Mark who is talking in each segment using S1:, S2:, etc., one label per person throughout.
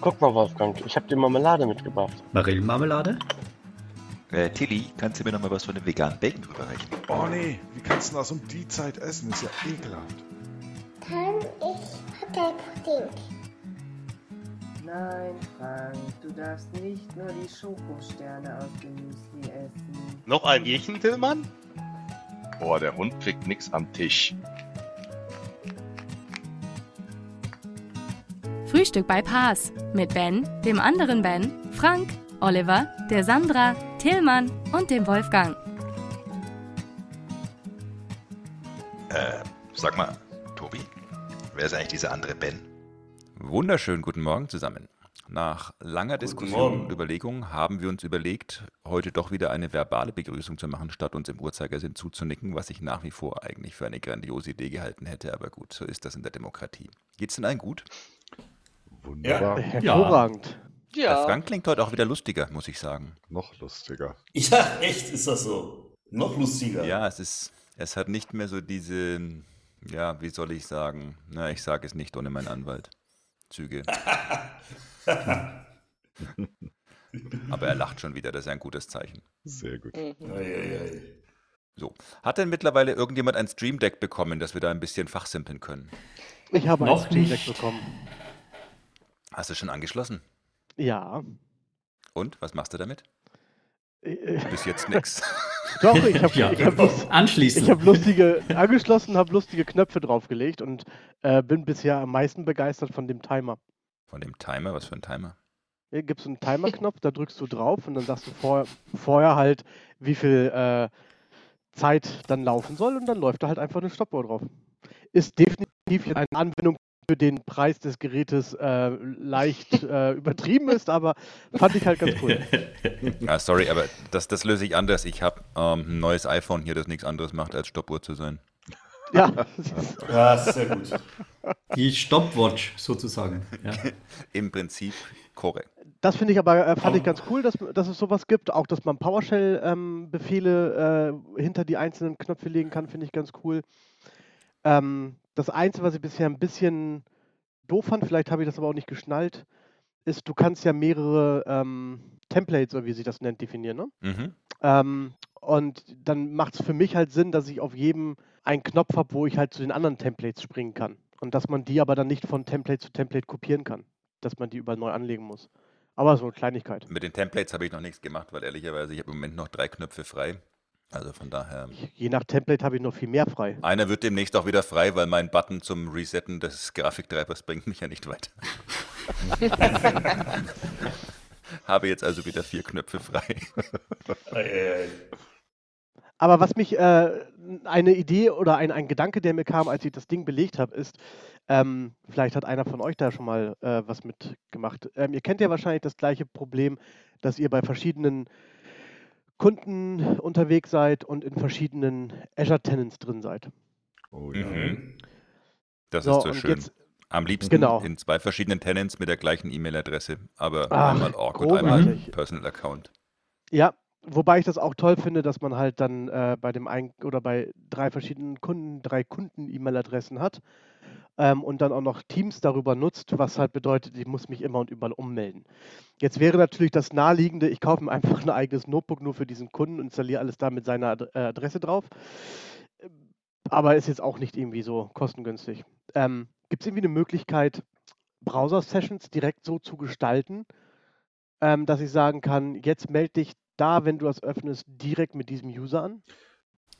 S1: Guck mal, Wolfgang, ich habe dir Marmelade mitgebracht.
S2: Marillenmarmelade?
S3: Äh, Tilly, kannst du mir nochmal was von dem veganen Bacon rüberreichen?
S4: Oh nee, wie kannst du das um die Zeit essen? Ist ja ekelhaft.
S5: Kann ich Hotelpudding?
S6: Nein, Frank, du darfst nicht nur die Schokosterne aus dem Müsli essen.
S7: Noch ein Jächen, Tillmann?
S8: Boah, der Hund kriegt nix am Tisch.
S9: Frühstück bei Paas mit Ben, dem anderen Ben, Frank, Oliver, der Sandra, Tillmann und dem Wolfgang.
S3: Äh, sag mal, Tobi, wer ist eigentlich dieser andere Ben?
S10: Wunderschönen guten Morgen zusammen. Nach langer Diskussion
S7: Morgen.
S10: und Überlegung haben wir uns überlegt, heute doch wieder eine verbale Begrüßung zu machen, statt uns im Uhrzeigersinn zuzunicken, was ich nach wie vor eigentlich für eine grandiose Idee gehalten hätte. Aber gut, so ist das in der Demokratie. Geht's denn allen gut?
S4: Wunderbar.
S1: Hervorragend.
S10: Der Frank klingt heute auch wieder lustiger, muss ich sagen.
S4: Noch lustiger.
S11: Ja, echt, ist das so. Noch lustiger.
S10: Ja, es ist, es hat nicht mehr so diese, ja, wie soll ich sagen, na, ich sage es nicht ohne meinen Anwalt. Züge. Aber er lacht schon wieder, das ist ein gutes Zeichen.
S4: Sehr gut.
S11: Eieiei.
S10: So. Hat denn mittlerweile irgendjemand ein Stream Deck bekommen, dass wir da ein bisschen fachsimpeln können?
S1: Ich habe
S11: Noch
S1: ein Streamdeck
S11: nicht.
S1: bekommen.
S10: Hast du schon angeschlossen?
S1: Ja.
S10: Und? Was machst du damit?
S1: Äh, äh,
S10: Bis jetzt nix.
S1: Doch, ich habe
S2: Ja.
S1: ich hab lust,
S2: Anschließend.
S1: ich hab lustige angeschlossen, habe lustige Knöpfe draufgelegt und äh, bin bisher am meisten begeistert von dem Timer.
S10: Von dem Timer, was für ein Timer?
S1: Hier gibt es einen Timer-Knopf, da drückst du drauf und dann sagst du vor, vorher halt, wie viel äh, Zeit dann laufen soll und dann läuft da halt einfach eine Stoppuhr drauf. Ist definitiv jetzt eine Anwendung für den Preis des Gerätes äh, leicht äh, übertrieben ist, aber fand ich halt ganz cool.
S10: Ah, sorry, aber das, das löse ich anders. Ich habe ähm, ein neues iPhone hier, das nichts anderes macht, als Stoppuhr zu sein.
S1: Ja,
S11: Ja, ist sehr gut.
S2: Die Stopwatch sozusagen. Ja.
S10: Im Prinzip korrekt.
S1: das finde ich aber äh, fand ich ganz cool, dass, dass es sowas gibt. Auch, dass man PowerShell-Befehle äh, hinter die einzelnen Knöpfe legen kann, finde ich ganz cool. Ähm, das Einzige, was ich bisher ein bisschen doof fand, vielleicht habe ich das aber auch nicht geschnallt, ist, du kannst ja mehrere ähm, Templates, oder wie sich das nennt, definieren. Ne?
S10: Mhm.
S1: Ähm, und dann macht es für mich halt Sinn, dass ich auf jedem einen Knopf habe, wo ich halt zu den anderen Templates springen kann. Und dass man die aber dann nicht von Template zu Template kopieren kann. Dass man die überall neu anlegen muss. Aber so eine Kleinigkeit.
S10: Mit den Templates habe ich noch nichts gemacht, weil ehrlicherweise ich habe im Moment noch drei Knöpfe frei. Also von daher.
S1: Je nach Template habe ich noch viel mehr frei.
S10: Einer wird demnächst auch wieder frei, weil mein Button zum Resetten des Grafiktreibers bringt mich ja nicht weiter. Habe jetzt also wieder vier Knöpfe frei.
S11: Eieiei.
S1: Aber was mich äh, eine Idee oder ein, ein Gedanke, der mir kam, als ich das Ding belegt habe, ist, ähm, vielleicht hat einer von euch da schon mal äh, was mitgemacht. Ähm, ihr kennt ja wahrscheinlich das gleiche Problem, dass ihr bei verschiedenen Kunden unterwegs seid und in verschiedenen Azure Tenants drin seid.
S4: Oh ja.
S10: Mhm. Das
S1: So,
S10: ist so
S1: und
S10: schön.
S1: jetzt-
S10: Am liebsten
S1: Genau.
S10: in zwei verschiedenen Tenants mit der gleichen E-Mail-Adresse, aber
S1: Ach,
S10: einmal Org und einmal
S1: großartig.
S10: Personal Account.
S1: Ja, wobei ich das auch toll finde, dass man halt dann äh, bei dem einen oder bei drei verschiedenen Kunden drei Kunden-E-Mail-Adressen hat ähm, und dann auch noch Teams darüber nutzt, was halt bedeutet, ich muss mich immer und überall ummelden. Jetzt wäre natürlich das naheliegende, ich kaufe mir einfach ein eigenes Notebook nur für diesen Kunden und installiere alles da mit seiner Ad äh, Adresse drauf. Ähm, Aber ist jetzt auch nicht irgendwie so kostengünstig. Ähm, Gibt es irgendwie eine Möglichkeit, Browser-Sessions direkt so zu gestalten, ähm, dass ich sagen kann, jetzt melde dich da, wenn du das öffnest, direkt mit diesem User an.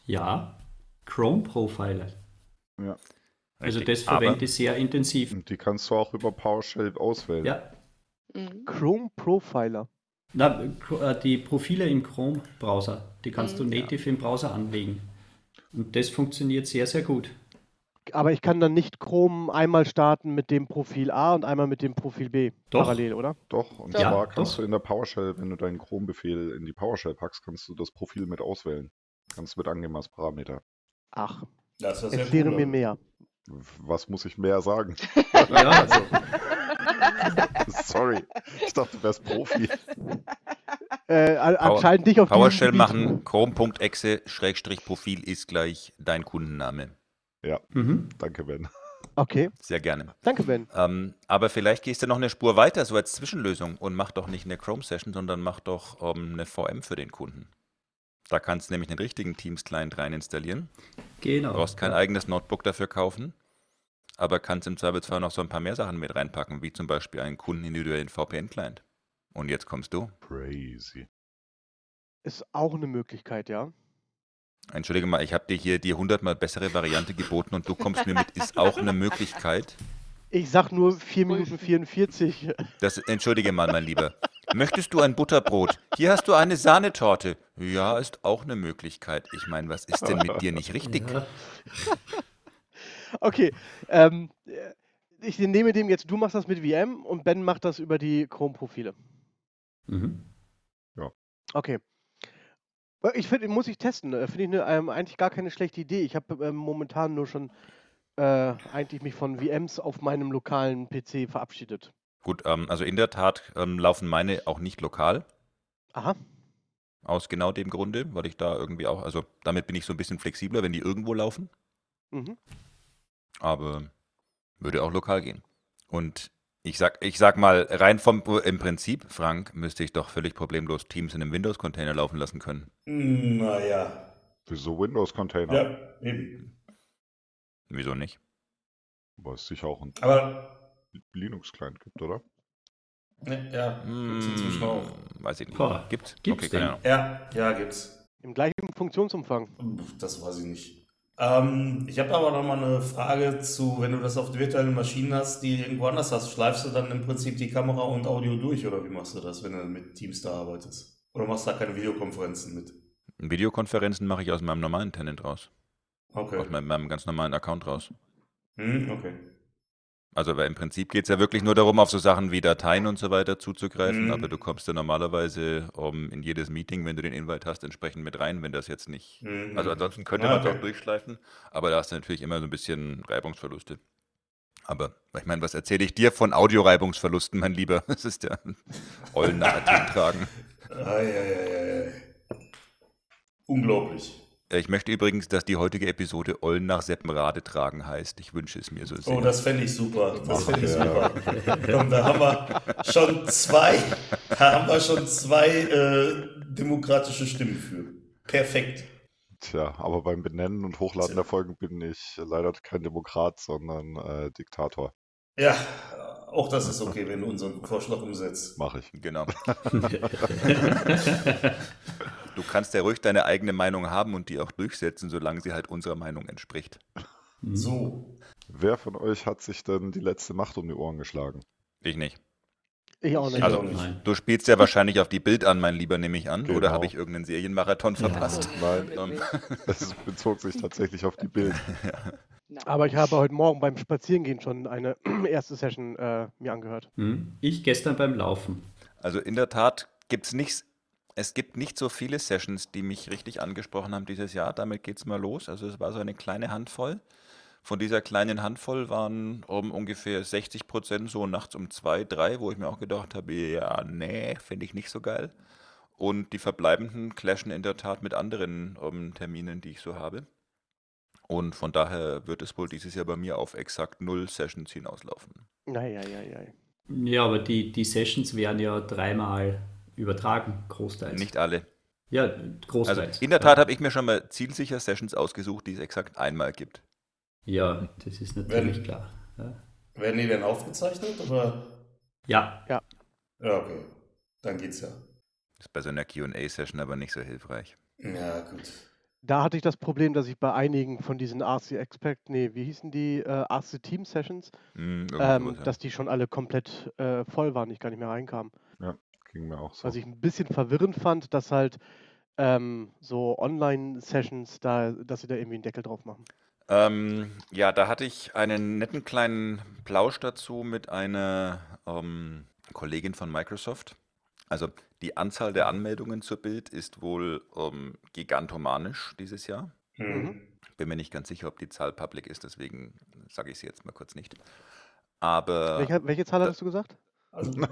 S2: ja. Chrome-Profile. Also
S10: Richtig.
S2: das verwende
S10: aber,
S2: ich sehr intensiv.
S4: Und die kannst du auch über PowerShell auswählen.
S2: Ja.
S6: Mhm.
S1: Chrome Profiler.
S2: Na, äh, die Profile im Chrome-Browser, die kannst
S1: Mhm.
S2: du native im Browser anlegen. Und das funktioniert sehr, sehr gut.
S1: Aber ich kann dann nicht Chrome einmal starten mit dem Profil A und einmal mit dem Profil B.
S2: Doch.
S1: Parallel, oder?
S4: Doch, und
S2: Ja,
S4: zwar kannst
S2: doch.
S4: du in der PowerShell, wenn du deinen Chrome-Befehl in die PowerShell packst, kannst du das Profil mit auswählen. Kannst du mit angeben als Parameter.
S1: Ach,
S11: Das war sehr
S1: erkläre
S11: cool.
S1: mir mehr.
S4: Was muss ich mehr sagen?
S2: Ja, also,
S4: Sorry, ich dachte, du wärst Profi.
S1: Äh, an- anscheinend nicht auf diesem
S10: PowerShell
S1: Gebiet.
S10: machen, Chrome.exe, Schrägstrich Profil ist gleich dein Kundenname.
S2: mhm.
S4: Danke, Ben.
S1: Okay,
S10: Sehr gerne.
S1: danke Ben.
S10: Ähm, aber vielleicht gehst du noch eine Spur weiter, so als Zwischenlösung und mach doch nicht eine Chrome-Session, sondern mach doch ähm, eine VM für den Kunden. Da kannst du nämlich den richtigen Teams-Client rein installieren.
S2: Genau.
S10: Du brauchst kein eigenes Notebook dafür kaufen, aber kannst im Zweifelsfall noch so ein paar mehr Sachen mit reinpacken, wie zum Beispiel einen kundenindividuellen VPN-Client. Und jetzt kommst du.
S4: Crazy.
S1: Ist auch eine Möglichkeit, ja.
S10: Entschuldige mal, ich habe dir hier die hundertmal bessere Variante geboten und du kommst mir mit, ist auch eine Möglichkeit.
S1: Ich sag nur 4 Minuten 44.
S10: Das, entschuldige mal, mein Lieber. Möchtest du ein Butterbrot? Hier hast du eine Sahnetorte. Ja, ist auch eine Möglichkeit. Ich meine, was ist denn mit dir nicht richtig?
S2: Ja.
S1: Okay, ähm, ich nehme dem jetzt, du machst das mit VM und Ben macht das über die Chrome-Profile.
S2: Mhm.
S1: Okay. Äh, Ich finde, muss ich testen. Äh, Finde ich ne, ähm, eigentlich gar keine schlechte Idee. Ich habe ähm, momentan nur schon äh, eigentlich mich von VMs auf meinem lokalen PC verabschiedet.
S10: Gut, ähm, also in der Tat ähm, laufen meine auch nicht lokal.
S1: Aha.
S10: Aus genau dem Grunde, weil ich da irgendwie auch, also damit bin ich so ein bisschen flexibler, wenn die irgendwo laufen.
S1: Mhm.
S10: aber würde auch lokal gehen. Und ich sag, ich sag mal, rein vom im Prinzip, Frank, müsste ich doch völlig problemlos Teams in einem Windows-Container laufen lassen können.
S11: Naja.
S4: Wieso Windows-Container?
S11: Ja, eben.
S10: Wieso nicht?
S4: Weil es sicher auch einen
S11: Aber,
S4: Linux-Client gibt, oder?
S11: ne, ja, gibt's inzwischen auch.
S10: Hm, weiß ich nicht.
S2: Boah,
S10: Gibt's?
S2: gibt's
S10: okay, keine
S2: denn?
S10: Ahnung.
S11: Ja, ja, gibt's.
S1: Im gleichen Funktionsumfang.
S11: Das weiß ich nicht. Ähm, ich habe aber noch mal eine Frage zu, wenn du das auf virtuellen Maschinen hast, die irgendwo anders hast, schleifst du dann im Prinzip die Kamera und Audio durch oder wie machst du das, wenn du mit Teams da arbeitest? Oder machst da keine Videokonferenzen mit?
S10: Videokonferenzen mache ich aus meinem normalen Tenant raus.
S11: Okay.
S10: Aus meinem, meinem ganz normalen Account raus.
S11: Hm, okay.
S10: Also weil im Prinzip geht es ja wirklich nur darum, auf so Sachen wie Dateien und so weiter zuzugreifen,
S11: Mhm.
S10: aber du kommst ja normalerweise um, in jedes Meeting, wenn du den Invite hast, entsprechend mit rein, wenn das jetzt nicht
S11: Hm,
S10: Also
S11: hm.
S10: ansonsten könnte
S11: Ah,
S10: man es auch
S11: okay.
S10: durchschleifen, aber da hast du natürlich immer so ein bisschen Reibungsverluste. Aber ich meine, was erzähle ich dir von Audioreibungsverlusten, mein Lieber? Das ist ja ein Ollen nach Athen tragen.
S11: Eieieiei. Unglaublich.
S10: Äh, Ich möchte übrigens, dass die heutige Episode Ollen nach Seppenrade tragen heißt. Ich wünsche es mir so sehr.
S11: Oh, das fände ich super. Das fände ich
S4: Ja.
S11: super. Und da haben wir schon zwei, da haben wir schon zwei äh, demokratische Stimmen für. Perfekt.
S4: Tja, aber beim Benennen und Hochladen
S11: Tja.
S4: der Folgen bin ich leider kein Demokrat, sondern äh, Diktator.
S11: Ja, auch das ist okay, wenn du unseren Vorschlag umsetzt.
S4: Mache ich.
S10: Genau. Du kannst ja ruhig deine eigene Meinung haben und die auch durchsetzen, solange sie halt unserer Meinung entspricht.
S2: Mhm.
S11: So.
S4: Wer von euch hat sich denn die letzte Nacht um die Ohren geschlagen?
S10: Ich nicht.
S1: Ich auch nicht.
S11: Also-
S2: Nein.
S10: Du spielst ja wahrscheinlich auf die Bild an, mein Lieber, nehme ich an. Oder
S4: Genau.
S10: habe ich irgendeinen Serienmarathon verpasst?
S4: Nein,
S10: Ähm,
S4: es bezog sich tatsächlich auf die Bild.
S1: Aber ich habe heute Morgen beim Spazierengehen schon eine erste Session äh, mir angehört.
S2: Hm? Ich gestern beim Laufen.
S10: Also in der Tat gibt's nichts. Es gibt nicht so viele Sessions, die mich richtig angesprochen haben dieses Jahr. Damit geht's mal los. Also es war so eine kleine Handvoll. Von dieser kleinen Handvoll waren um ungefähr 60 Prozent so nachts um zwei, drei, wo ich mir auch gedacht habe, ja, nee, finde ich nicht so geil. Und die verbleibenden clashen in der Tat mit anderen ähm, Terminen, die ich so habe. Und von daher wird es wohl dieses Jahr bei mir auf exakt null Sessions hinauslaufen.
S1: Naja, ja, ja. ja.
S2: Ja, aber die, die Sessions werden ja dreimal übertragen, großteils.
S10: Nicht alle.
S2: Ja,
S10: Also
S2: großteils.
S10: in der Tat habe ich mir schon mal zielsicher Sessions ausgesucht, die es exakt einmal gibt.
S2: Ja, das ist natürlich klar. Ja.
S11: Werden die denn aufgezeichnet? Oder?
S2: ja,
S11: Ja, okay. Dann geht's ja.
S10: Ist bei so einer QA-Session aber nicht so hilfreich.
S11: Ja, gut.
S1: Da hatte ich das Problem, dass ich bei einigen von diesen RC Expect, nee, wie hießen die? Äh, RC Team Sessions,
S10: Hm, irgend
S1: ähm,
S10: sowas, ja.
S1: dass die schon alle komplett äh, voll waren, ich gar nicht mehr reinkam.
S4: Ging mir auch so.
S1: Was Also ich ein bisschen verwirrend fand, dass halt ähm, so Online-Sessions, da, dass sie da irgendwie einen Deckel drauf machen.
S10: Ähm, ja, da hatte ich einen netten kleinen Plausch dazu mit einer ähm, Kollegin von Microsoft. Also die Anzahl der Anmeldungen zur Bild ist wohl ähm, gigantomanisch dieses Jahr.
S1: Mhm.
S11: Hm.
S10: Bin mir nicht ganz sicher, ob die Zahl public ist, deswegen sage ich sie jetzt mal kurz nicht. Aber
S1: Welche, welche Zahl hattest du gesagt?
S11: Also,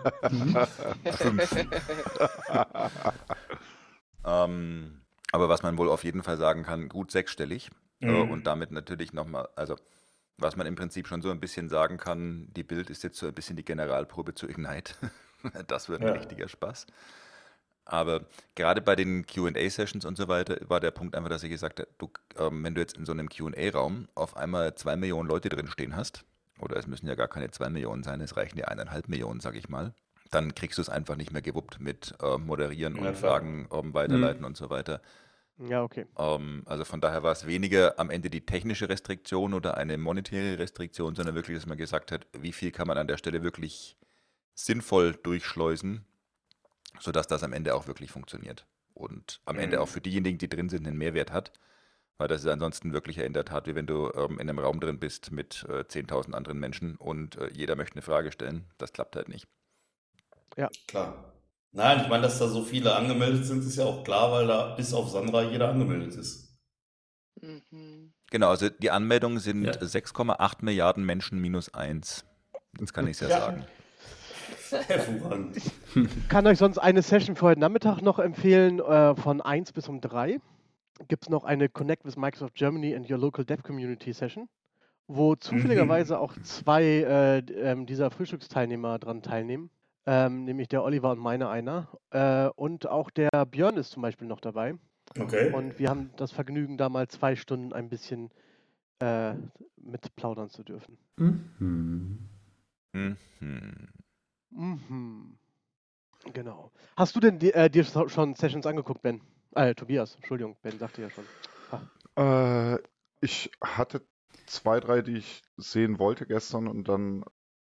S10: Ähm, aber was man wohl auf jeden Fall sagen kann, gut sechsstellig. Äh,
S11: Mhm.
S10: und damit natürlich nochmal, also Was man im Prinzip schon so ein bisschen sagen kann, die Bild ist jetzt so ein bisschen die Generalprobe zu Ignite. das wird ein
S11: Ja.
S10: richtiger Spaß. Aber gerade bei den QA-Sessions und so weiter war der Punkt einfach, dass ich gesagt habe, du, ähm, wenn du jetzt in so einem QA-Raum auf einmal zwei Millionen Leute drin stehen hast, oder es müssen ja gar keine zwei Millionen sein, es reichen ja eineinhalb Millionen, sag ich mal, dann kriegst du es einfach nicht mehr gewuppt mit äh, Moderieren
S11: Ja,
S10: und
S11: klar.
S10: Fragen ähm, weiterleiten und so weiter.
S1: Ja, okay.
S10: Ähm, also von daher war es weniger am Ende die technische Restriktion oder eine monetäre Restriktion, sondern wirklich, dass man gesagt hat, wie viel kann man an der Stelle wirklich sinnvoll durchschleusen, sodass das am Ende auch wirklich funktioniert. Und am Ende
S11: Mhm.
S10: auch für diejenigen, die drin sind, einen Mehrwert hat. Weil das ist ansonsten wirklich ja in der Tat, wie wenn du ähm, in einem Raum drin bist mit äh, 10.000 anderen Menschen und äh, jeder möchte eine Frage stellen. Das klappt halt nicht.
S11: Klar. Nein, ich meine, dass da so viele angemeldet sind, ist ja auch klar, weil da bis auf Sandra jeder angemeldet ist.
S7: Mhm.
S10: Genau, also die Anmeldungen sind
S2: Ja.
S10: 6,8 Milliarden Menschen minus eins. Jetzt kann ich es ja,
S11: Ja.
S10: sagen.
S11: Hervorragend.
S1: kann euch sonst eine Session für heute Nachmittag noch empfehlen, äh, von 1 bis um 3. Gibt es noch eine Connect with Microsoft Germany and Your Local Dev Community Session, wo
S11: Mhm.
S1: zufälligerweise auch zwei äh, d- ähm, dieser Frühstücksteilnehmer dran teilnehmen, ähm, nämlich der Oliver und meine einer. Äh, und auch der Björn ist zum Beispiel noch dabei.
S11: Okay.
S1: Und wir haben das Vergnügen, da mal zwei Stunden ein bisschen äh, mit plaudern zu dürfen.
S2: Mhm.
S10: Mhm.
S1: Mhm. Genau. Hast du denn die, äh, dir so- schon Sessions angeguckt, Ben? Äh, Tobias, Entschuldigung, Ben sagte ja schon.
S4: Äh, ich hatte zwei, drei, die ich sehen wollte gestern und dann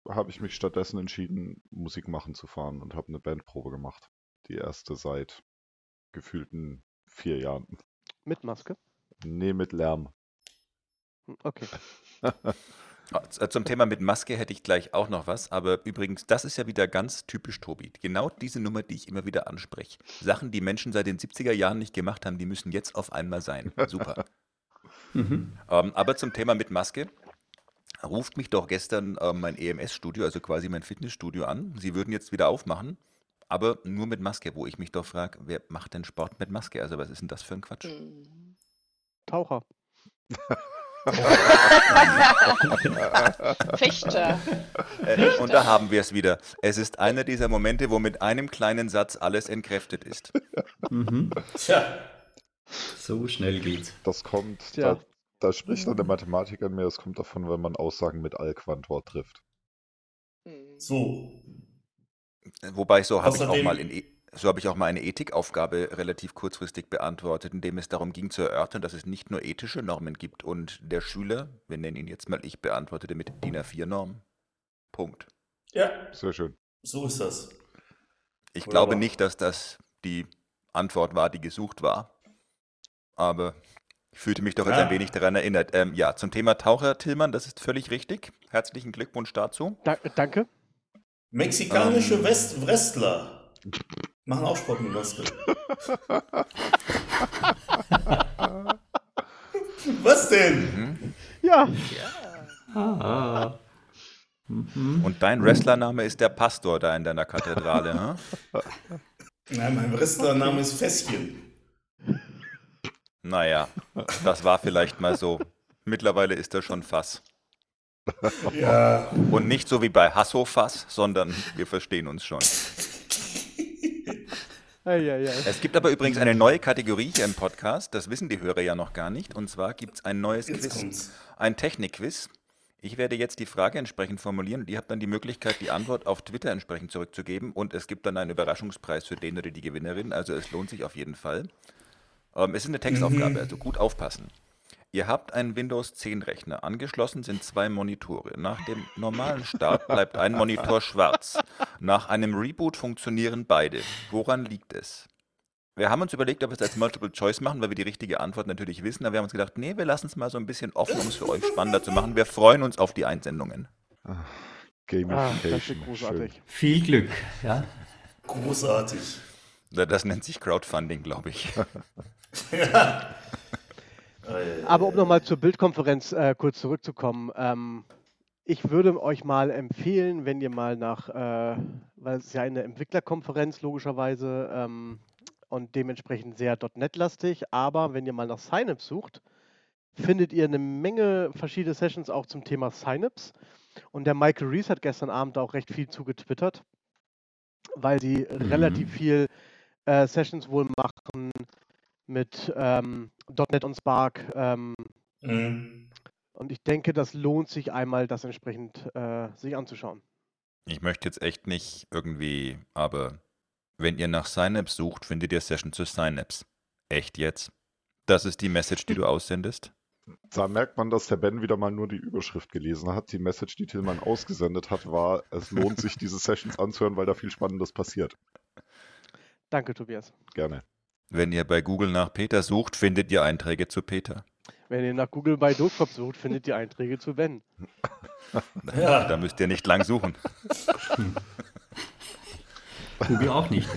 S4: habe ich mich stattdessen entschieden, Musik machen zu fahren und habe eine Bandprobe gemacht. Die erste seit gefühlten vier Jahren.
S1: Mit Maske?
S4: Nee, mit Lärm.
S1: Hm, Okay.
S10: Ah, z- Zum Thema mit Maske hätte ich gleich auch noch was, aber übrigens, das ist ja wieder ganz typisch Tobi. Genau diese Nummer, die ich immer wieder anspreche. Sachen, die Menschen seit den 70er Jahren nicht gemacht haben, die müssen jetzt auf einmal sein. Super.
S2: Mhm.
S10: ähm, aber zum Thema mit Maske. Ruft mich doch gestern ähm, mein EMS-Studio, also quasi mein Fitnessstudio an. Sie würden jetzt wieder aufmachen, aber nur mit Maske, wo ich mich doch frage, wer macht denn Sport mit Maske? Also was ist denn das für ein Quatsch?
S11: Hm.
S7: Mhm.
S1: Taucher.
S7: Fechter.
S10: Äh, und da haben wir es wieder. Es ist einer dieser Momente, wo mit einem kleinen Satz alles entkräftet ist.
S2: Mhm.
S11: Tja,
S2: So schnell geht's.
S4: Das kommt,
S1: Tja.
S4: da, da spricht dann der Mathematiker in mir, das kommt davon, wenn man Aussagen mit Allquantwort trifft.
S7: Mhm.
S11: so.
S10: Wobei so habe ich auch
S11: Außerdem-
S10: mal in E- so habe ich auch mal eine Ethikaufgabe relativ kurzfristig beantwortet, indem es darum ging zu erörtern, dass es nicht nur ethische Normen gibt und der Schüler, wir nennen ihn jetzt mal ich, beantwortete mit DIN A4-Norm. Punkt.
S11: Ja,
S4: Sehr schön.
S11: so ist das.
S10: Ich
S11: Wunderbar.
S10: glaube nicht, dass das die Antwort war, die gesucht war. Aber ich fühlte mich doch jetzt
S11: Ah.
S10: ein wenig daran erinnert. Ähm, ja, zum Thema Taucher, Tillmann, das ist völlig richtig. Herzlichen Glückwunsch dazu.
S1: Da, äh, danke.
S11: Mexikanische
S10: Ähm.
S11: West Wrestler machen auch Sport mit Maske. Was denn?
S1: Ja,
S2: Ah. Mhm.
S10: Und dein Wrestlername ist der Pastor da in deiner Kathedrale. hm?
S11: Nein, mein Wrestlername ist Fässchen.
S10: Naja, das war vielleicht mal so. Mittlerweile ist er schon Fass.
S11: Ja.
S10: Und nicht so wie bei Hasso Fass, sondern wir verstehen uns schon.
S1: ja, ja, ja.
S10: Es gibt aber übrigens eine neue Kategorie hier im Podcast, das wissen die Hörer ja noch gar nicht. Und zwar gibt es ein neues
S11: Jetzt
S10: Quiz,
S11: kommt's.
S10: ein Technikquiz. Ich werde jetzt die Frage entsprechend formulieren und ihr habt dann die Möglichkeit, die Antwort auf Twitter entsprechend zurückzugeben. Und es gibt dann einen Überraschungspreis für den oder die Gewinnerin. Also es lohnt sich auf jeden Fall. Ähm, es ist eine
S11: Mhm.
S10: Textaufgabe, also gut aufpassen. Ihr habt einen Windows 10 Rechner. Angeschlossen sind zwei Monitore. Nach dem normalen Start bleibt ein Monitor schwarz. Nach einem Reboot funktionieren beide. Woran liegt es? Wir haben uns überlegt, ob wir es als Multiple Choice machen, weil wir die richtige Antwort natürlich wissen. Aber wir haben uns gedacht, nee, wir lassen es mal so ein bisschen offen, um es für euch spannender zu machen. Wir freuen uns auf die Einsendungen.
S1: Ah, das ist
S4: Gamification. schön.
S1: großartig.
S2: Viel Glück. Ja.
S11: Großartig.
S10: Na, Das nennt sich Crowdfunding, glaube ich.
S11: Ja. Äh,
S1: Aber um nochmal zur Bildkonferenz äh, kurz zurückzukommen, ähm, ich würde euch mal empfehlen, wenn ihr mal nach, äh, weil es ist ja eine Entwicklerkonferenz logischerweise ähm, und dementsprechend sehr .NET-lastig, aber wenn ihr mal nach Synapse sucht, findet ihr eine Menge verschiedene Sessions auch zum Thema Synapse. Und der Michael Rees hat gestern Abend auch recht viel zugetwittert, weil sie relativ viel äh, Sessions wohl machen mit ähm, .NET und Spark. Ähm,
S11: Mhm.
S1: Und ich denke, das lohnt sich einmal, das entsprechend äh, sich anzuschauen.
S10: Ich möchte jetzt echt nicht irgendwie, aber wenn ihr nach Synapse sucht, findet ihr Session zu Synapse. Echt jetzt? Das ist die Message, die du aussendest?
S4: Da merkt man, dass der Ben wieder mal nur die Überschrift gelesen hat. Die Message, die Tillmann ausgesendet hat, war, es lohnt sich, diese Sessions anzuhören, weil da viel Spannendes passiert.
S1: Danke, Tobias.
S4: Gerne.
S10: Wenn ihr bei Google nach Peter sucht, findet ihr Einträge zu Peter.
S1: Wenn ihr nach Google bei Doofkopf sucht, findet ihr Einträge zu Ben.
S11: Ja.
S10: Da müsst ihr nicht lang suchen.
S2: Google auch nicht.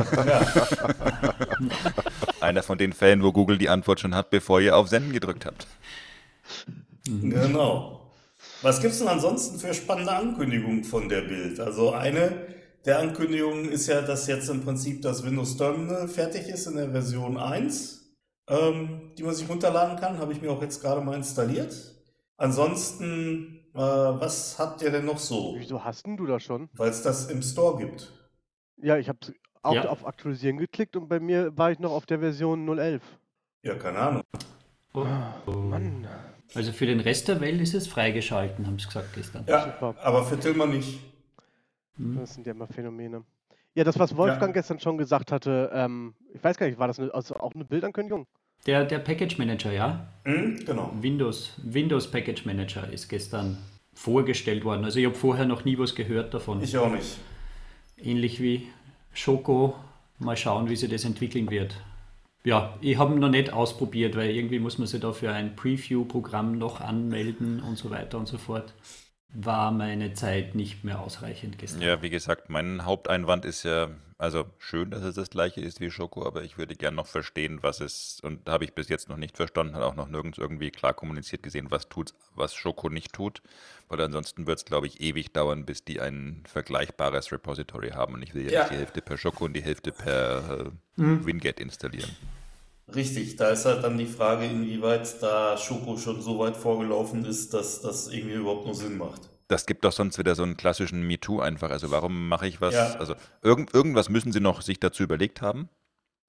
S10: Einer von den Fällen, wo Google die Antwort schon hat, bevor ihr auf Senden gedrückt habt.
S11: Genau. Was gibt's denn ansonsten für spannende Ankündigungen von der Bild? Also eine der Ankündigungen ist ja, dass jetzt im Prinzip das Windows Terminal fertig ist in der Version 1, ähm, die man sich runterladen kann. Habe ich mir auch jetzt gerade mal installiert. Ansonsten, äh, was habt ihr denn noch so?
S1: Wieso hast denn du das schon?
S11: Weil es das im Store gibt.
S1: Ja, ich habe auch
S11: Ja.
S1: auf Aktualisieren geklickt und bei mir war ich noch auf der Version 011.
S11: Ja, keine Ahnung.
S10: Oh,
S1: Mann.
S2: Also für den Rest der Welt ist es freigeschalten, haben sie gesagt gestern.
S11: Ja,
S1: Super.
S11: aber für Tillmann nicht.
S1: Das sind ja immer Phänomene. Ja, das, was Wolfgang gestern schon gesagt hatte, ähm, ich weiß gar nicht, war das eine, also auch eine Bildankündigung?
S2: Der, der Package Manager, ja?
S11: Mhm, genau.
S2: Windows, Windows Package Manager ist gestern vorgestellt worden. Also ich habe vorher noch nie was gehört davon.
S11: Ich auch nicht.
S2: Ähnlich wie Schoko. Mal schauen, wie sie das entwickeln wird. Ja, ich habe ihn noch nicht ausprobiert, weil irgendwie muss man sich dafür ein Preview-Programm noch anmelden und so weiter und so fort. War meine Zeit nicht mehr ausreichend gestern.
S10: Ja, wie gesagt, mein Haupteinwand ist ja, also schön, dass es das gleiche ist wie Schoko, aber ich würde gern noch verstehen, was es, und habe ich bis jetzt noch nicht verstanden, hat auch noch nirgends irgendwie klar kommuniziert gesehen, was tut, was Schoko nicht tut, weil ansonsten wird es, glaube ich, ewig dauern, bis die ein vergleichbares Repository haben und ich will ja,
S11: Ja.
S10: nicht die Hälfte per Schoko und die Hälfte per äh,
S2: Mhm.
S10: Winget installieren.
S11: Richtig, da ist halt dann die Frage, inwieweit da Schoko schon so weit vorgelaufen ist, dass das irgendwie überhaupt nur Sinn macht.
S10: Das gibt doch sonst wieder so einen klassischen MeToo einfach. Also warum mache ich was?
S11: Ja.
S10: Also irgend, irgendwas müssen sie noch sich dazu überlegt haben,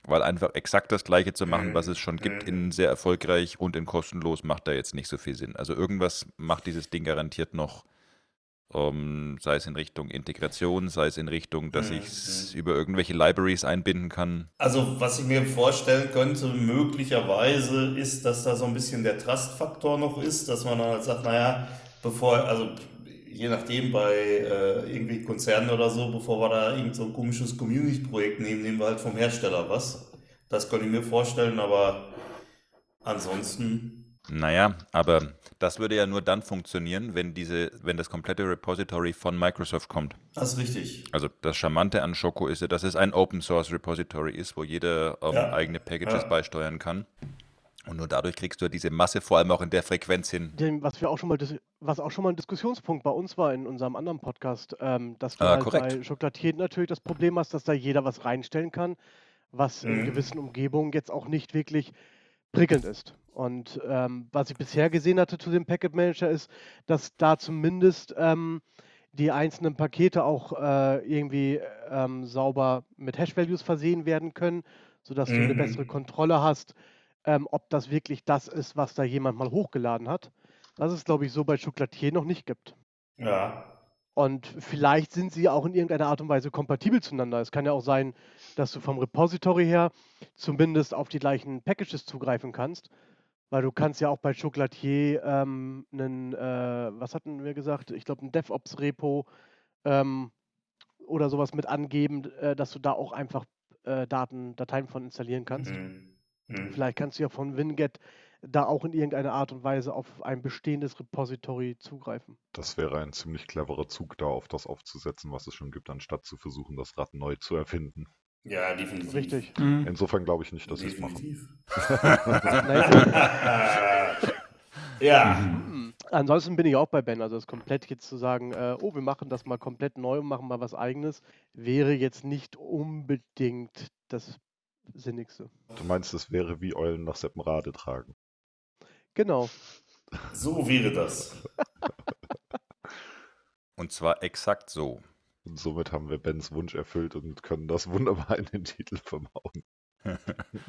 S10: weil einfach exakt das Gleiche zu machen,
S11: Mhm.
S10: was es schon gibt, in sehr erfolgreich und in kostenlos, macht da jetzt nicht so viel Sinn. Also irgendwas macht dieses Ding garantiert noch, ähm, sei es in Richtung Integration, sei es in Richtung, dass
S11: Mhm.
S10: ich es über irgendwelche Libraries einbinden kann.
S11: Also, was ich mir vorstellen könnte, möglicherweise ist, dass da so ein bisschen der Trust-Faktor noch ist, dass man dann halt sagt, naja, bevor, also je nachdem bei äh, irgendwie Konzernen oder so, bevor wir da irgend so ein komisches Community-Projekt nehmen, nehmen wir halt vom Hersteller was. Das könnte ich mir vorstellen, aber ansonsten,
S10: Naja, aber das würde ja nur dann funktionieren, wenn diese, wenn das komplette Repository von Microsoft kommt.
S11: das ist richtig.
S10: Also das Charmante an Schoko ist ja, dass es ein Open Source Repository ist, wo jeder ähm,
S11: Ja.
S10: eigene Packages
S11: Ja.
S10: beisteuern kann. Und nur dadurch kriegst du ja diese Masse vor allem auch in der Frequenz hin.
S1: Dem, was wir auch schon mal, dis- was auch schon mal ein Diskussionspunkt bei uns war in unserem anderen Podcast, ähm, dass du
S10: Ah,
S1: halt
S10: korrekt.
S1: bei Schokolatier natürlich das Problem hast, dass da jeder was reinstellen kann, was in
S11: Mhm.
S1: gewissen Umgebungen jetzt auch nicht wirklich prickelnd ist. Und ähm, was ich bisher gesehen hatte zu dem Packet Manager ist, dass da zumindest ähm, die einzelnen Pakete auch äh, irgendwie ähm, sauber mit Hash-Values versehen werden können, sodass du eine
S11: Mhm.
S1: bessere Kontrolle hast, ähm, ob das wirklich das ist, was da jemand mal hochgeladen hat. Was es, glaube ich, so bei Chocolatier noch nicht gibt.
S11: Ja,
S1: Und vielleicht sind sie auch in irgendeiner Art und Weise kompatibel zueinander. Es kann ja auch sein, dass du vom Repository her zumindest auf die gleichen Packages zugreifen kannst. Weil du kannst ja auch bei Chocolatier ähm, einen, äh, was hatten wir gesagt? Ich glaube, ein DevOps-Repo ähm, oder sowas mit angeben, äh, dass du da auch einfach äh, Daten, Dateien von installieren kannst.
S11: Mhm. Mhm.
S1: Vielleicht kannst du ja von Winget da auch in irgendeiner Art und Weise auf ein bestehendes Repository zugreifen.
S4: Das wäre ein ziemlich cleverer Zug, da auf das aufzusetzen, was es schon gibt, anstatt zu versuchen, das Rad neu zu erfinden.
S11: Ja, definitiv.
S1: Richtig.
S2: Mhm.
S4: Insofern glaube ich nicht, dass sie es machen.
S11: Definitiv.
S1: Nein,
S11: ja,
S1: ansonsten bin ich auch bei Ben. Also das komplett jetzt zu sagen, äh, oh, wir machen das mal komplett neu und machen mal was eigenes, wäre jetzt nicht unbedingt das Sinnigste.
S4: Du meinst, es wäre wie Eulen nach Seppenrade tragen.
S1: Genau.
S11: So wäre das.
S10: Und zwar exakt so.
S4: Und somit haben wir Bens Wunsch erfüllt und können das wunderbar in den Titel verbauen.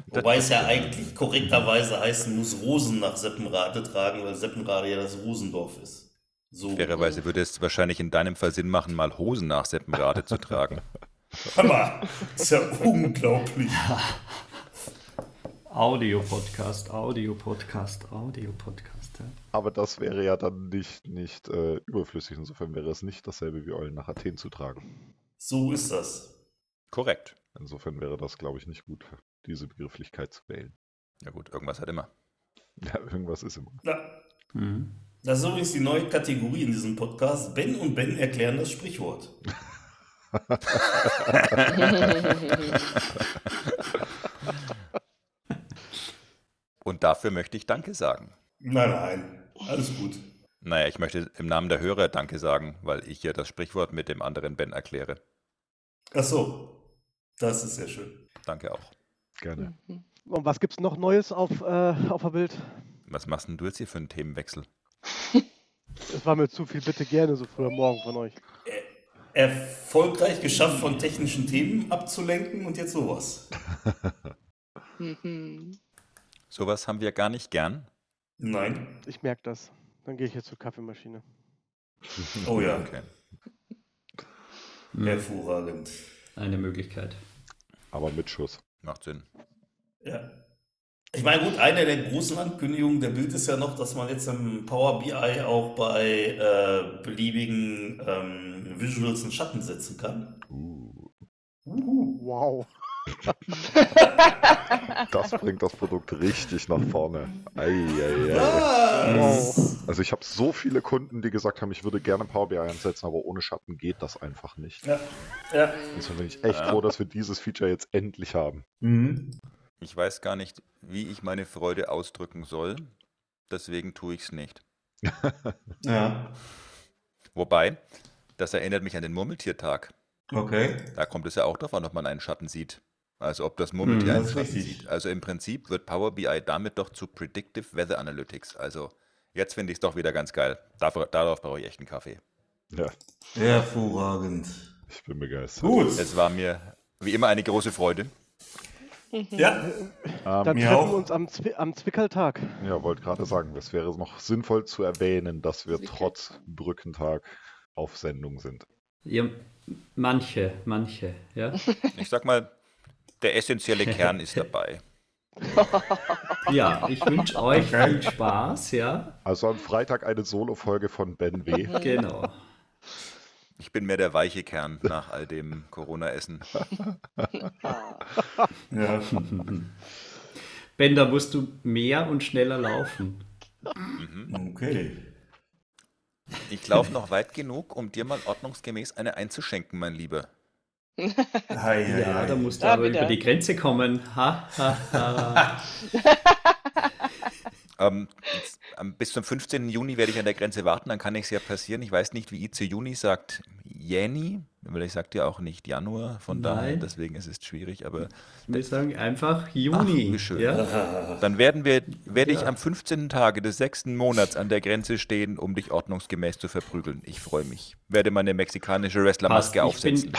S11: Wobei es ja eigentlich korrekterweise heißen muss, Rosen nach Seppenrade tragen, weil Seppenrade ja das Rosendorf ist. So.
S10: Fairerweise würde es wahrscheinlich in deinem Fall Sinn machen, mal Hosen nach Seppenrade zu tragen.
S11: Hammer! Ist ja unglaublich.
S2: Audio-Podcast, Audio-Podcast, Audio-Podcast. Ja.
S4: Aber das wäre ja dann nicht, nicht äh, überflüssig. Insofern wäre es nicht dasselbe wie Eulen nach Athen zu tragen.
S11: So ist das.
S10: Korrekt.
S4: Insofern wäre das, glaube ich, nicht gut, diese Begrifflichkeit zu wählen.
S10: Ja gut, irgendwas hat immer.
S4: Ja, irgendwas ist immer.
S11: Na,
S2: Mhm.
S11: das ist übrigens die neue Kategorie in diesem Podcast. Ben und Ben erklären das Sprichwort.
S10: Und dafür möchte ich Danke sagen.
S11: Nein, nein. Alles gut.
S10: Naja, ich möchte im Namen der Hörer Danke sagen, weil ich ja das Sprichwort mit dem anderen Ben erkläre.
S11: Ach so. Das ist sehr schön.
S10: Danke auch.
S11: Hm.
S4: Gerne.
S1: Und was gibt's noch Neues auf, äh, auf der Bild?
S10: Was machst denn du jetzt hier für einen Themenwechsel?
S1: Es war mir zu viel, bitte gerne, so früh am Morgen von euch.
S11: Erfolgreich geschafft, von technischen Themen abzulenken und jetzt sowas.
S7: Mhm.
S10: Sowas haben wir gar nicht gern.
S11: Nein.
S1: Ich merke das. Dann gehe ich jetzt zur Kaffeemaschine.
S11: Oh ja.
S10: Okay.
S2: Mhm.
S11: Hervorragend.
S2: Eine Möglichkeit.
S4: Aber mit Schuss.
S10: Macht Sinn.
S11: Ja. Ich meine, gut, eine der großen Ankündigungen der Bild ist ja noch, dass man jetzt im Power BI auch bei äh, beliebigen ähm, Visuals einen Schatten setzen kann.
S4: Uh,
S1: Wow.
S4: das bringt das Produkt richtig nach vorne. Ei, ei, ei.
S11: Ah. Äh, Was?
S4: Also ich habe so viele Kunden, die gesagt haben, ich würde gerne Power BI einsetzen, aber ohne Schatten geht das einfach nicht.
S11: Ja. ja.
S4: Insofern bin ich echt
S10: Ja.
S4: froh, dass wir dieses Feature jetzt endlich haben.
S11: Mhm.
S10: Ich weiß gar nicht, wie ich meine Freude ausdrücken soll. Deswegen tue ich es nicht.
S11: Ja.
S10: Wobei, das erinnert mich an den Murmeltiertag.
S11: Okay.
S10: Da kommt es ja auch darauf an, ob man einen Schatten sieht. Also ob das Murmeltier
S11: Hm,
S10: einen
S11: das ist
S10: Schatten
S11: richtig.
S10: sieht. Also im Prinzip wird Power BI damit doch zu Predictive Weather Analytics. Also jetzt finde ich es doch wieder ganz geil. Dafür, darauf brauche ich echt einen Kaffee.
S4: Ja,
S11: Hervorragend.
S4: ich bin begeistert.
S11: Gut.
S10: Es war mir wie immer eine große Freude.
S11: Ja.
S1: Dann
S4: Ähm,
S11: mir
S1: treffen
S11: auch.
S1: wir uns am, Zwi am Zwickeltag.
S4: ja, wollte gerade sagen, es wäre noch sinnvoll zu erwähnen, dass wir trotz Brückentag auf Sendung sind.
S2: Ja, manche, manche, ja.
S10: Ich sag mal, der essentielle Kern ist dabei.
S2: Ja, ich wünsche euch viel Spaß, ja.
S4: Also am Freitag eine Solo-Folge von Ben W.
S2: Genau.
S10: Ich bin mehr der weiche Kern nach all dem Corona-Essen.
S11: Ja.
S2: Ben, da musst du mehr und schneller laufen.
S11: Okay.
S10: Ich laufe noch weit genug, um dir mal ordnungsgemäß eine einzuschenken, mein Lieber.
S11: Hi,
S2: Ja, da musst du
S7: Ah,
S2: aber
S7: bitte.
S2: über die Grenze kommen. Ha, ha, ha.
S10: Ähm, jetzt, ähm, bis zum 15. Juni werde ich an der Grenze warten, dann kann nichts ja passieren. Ich weiß nicht, wie IC Juni sagt Jänni, weil ich sagt ja auch nicht Januar, von daher,
S2: Nein.
S10: deswegen es ist schwierig, aber
S2: Wir sagen einfach
S10: Ach,
S2: Juni.
S10: wie schön.
S2: Ja?
S10: dann werden wir, werde ich am 15. Tage des sechsten Monats an der Grenze stehen, um dich ordnungsgemäß zu verprügeln. Ich freue mich. Werde meine mexikanische
S2: Passt,
S10: Wrestlermaske
S2: ich, bin,
S10: aufsetzen.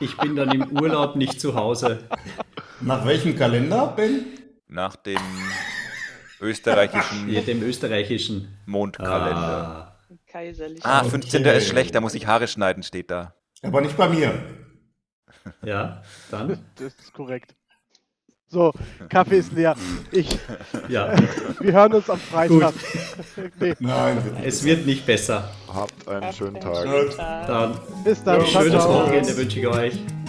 S2: ich bin dann im Urlaub nicht zu Hause.
S11: Nach welchem Kalender, Ben?
S10: Nach dem österreichischen
S2: Mit dem österreichischen.
S10: Mondkalender.
S2: Ah,
S7: Kaiserlich.
S10: Ah,
S11: okay.
S10: 15. ist schlecht, da muss ich Haare schneiden, steht da.
S11: Aber nicht bei mir.
S2: ja, dann?
S1: Das ist korrekt. So, Kaffee ist leer. Ich,
S2: Ja,
S1: wir hören uns am Freitag. nee,
S11: Nein, wird
S2: es wird nicht besser.
S4: Habt einen schönen Tag.
S7: Schönen Tag.
S2: Dann
S1: bis dann.
S2: ein
S1: Ciao,
S2: schönes
S1: ciao.
S2: Wochenende wünsche ich euch.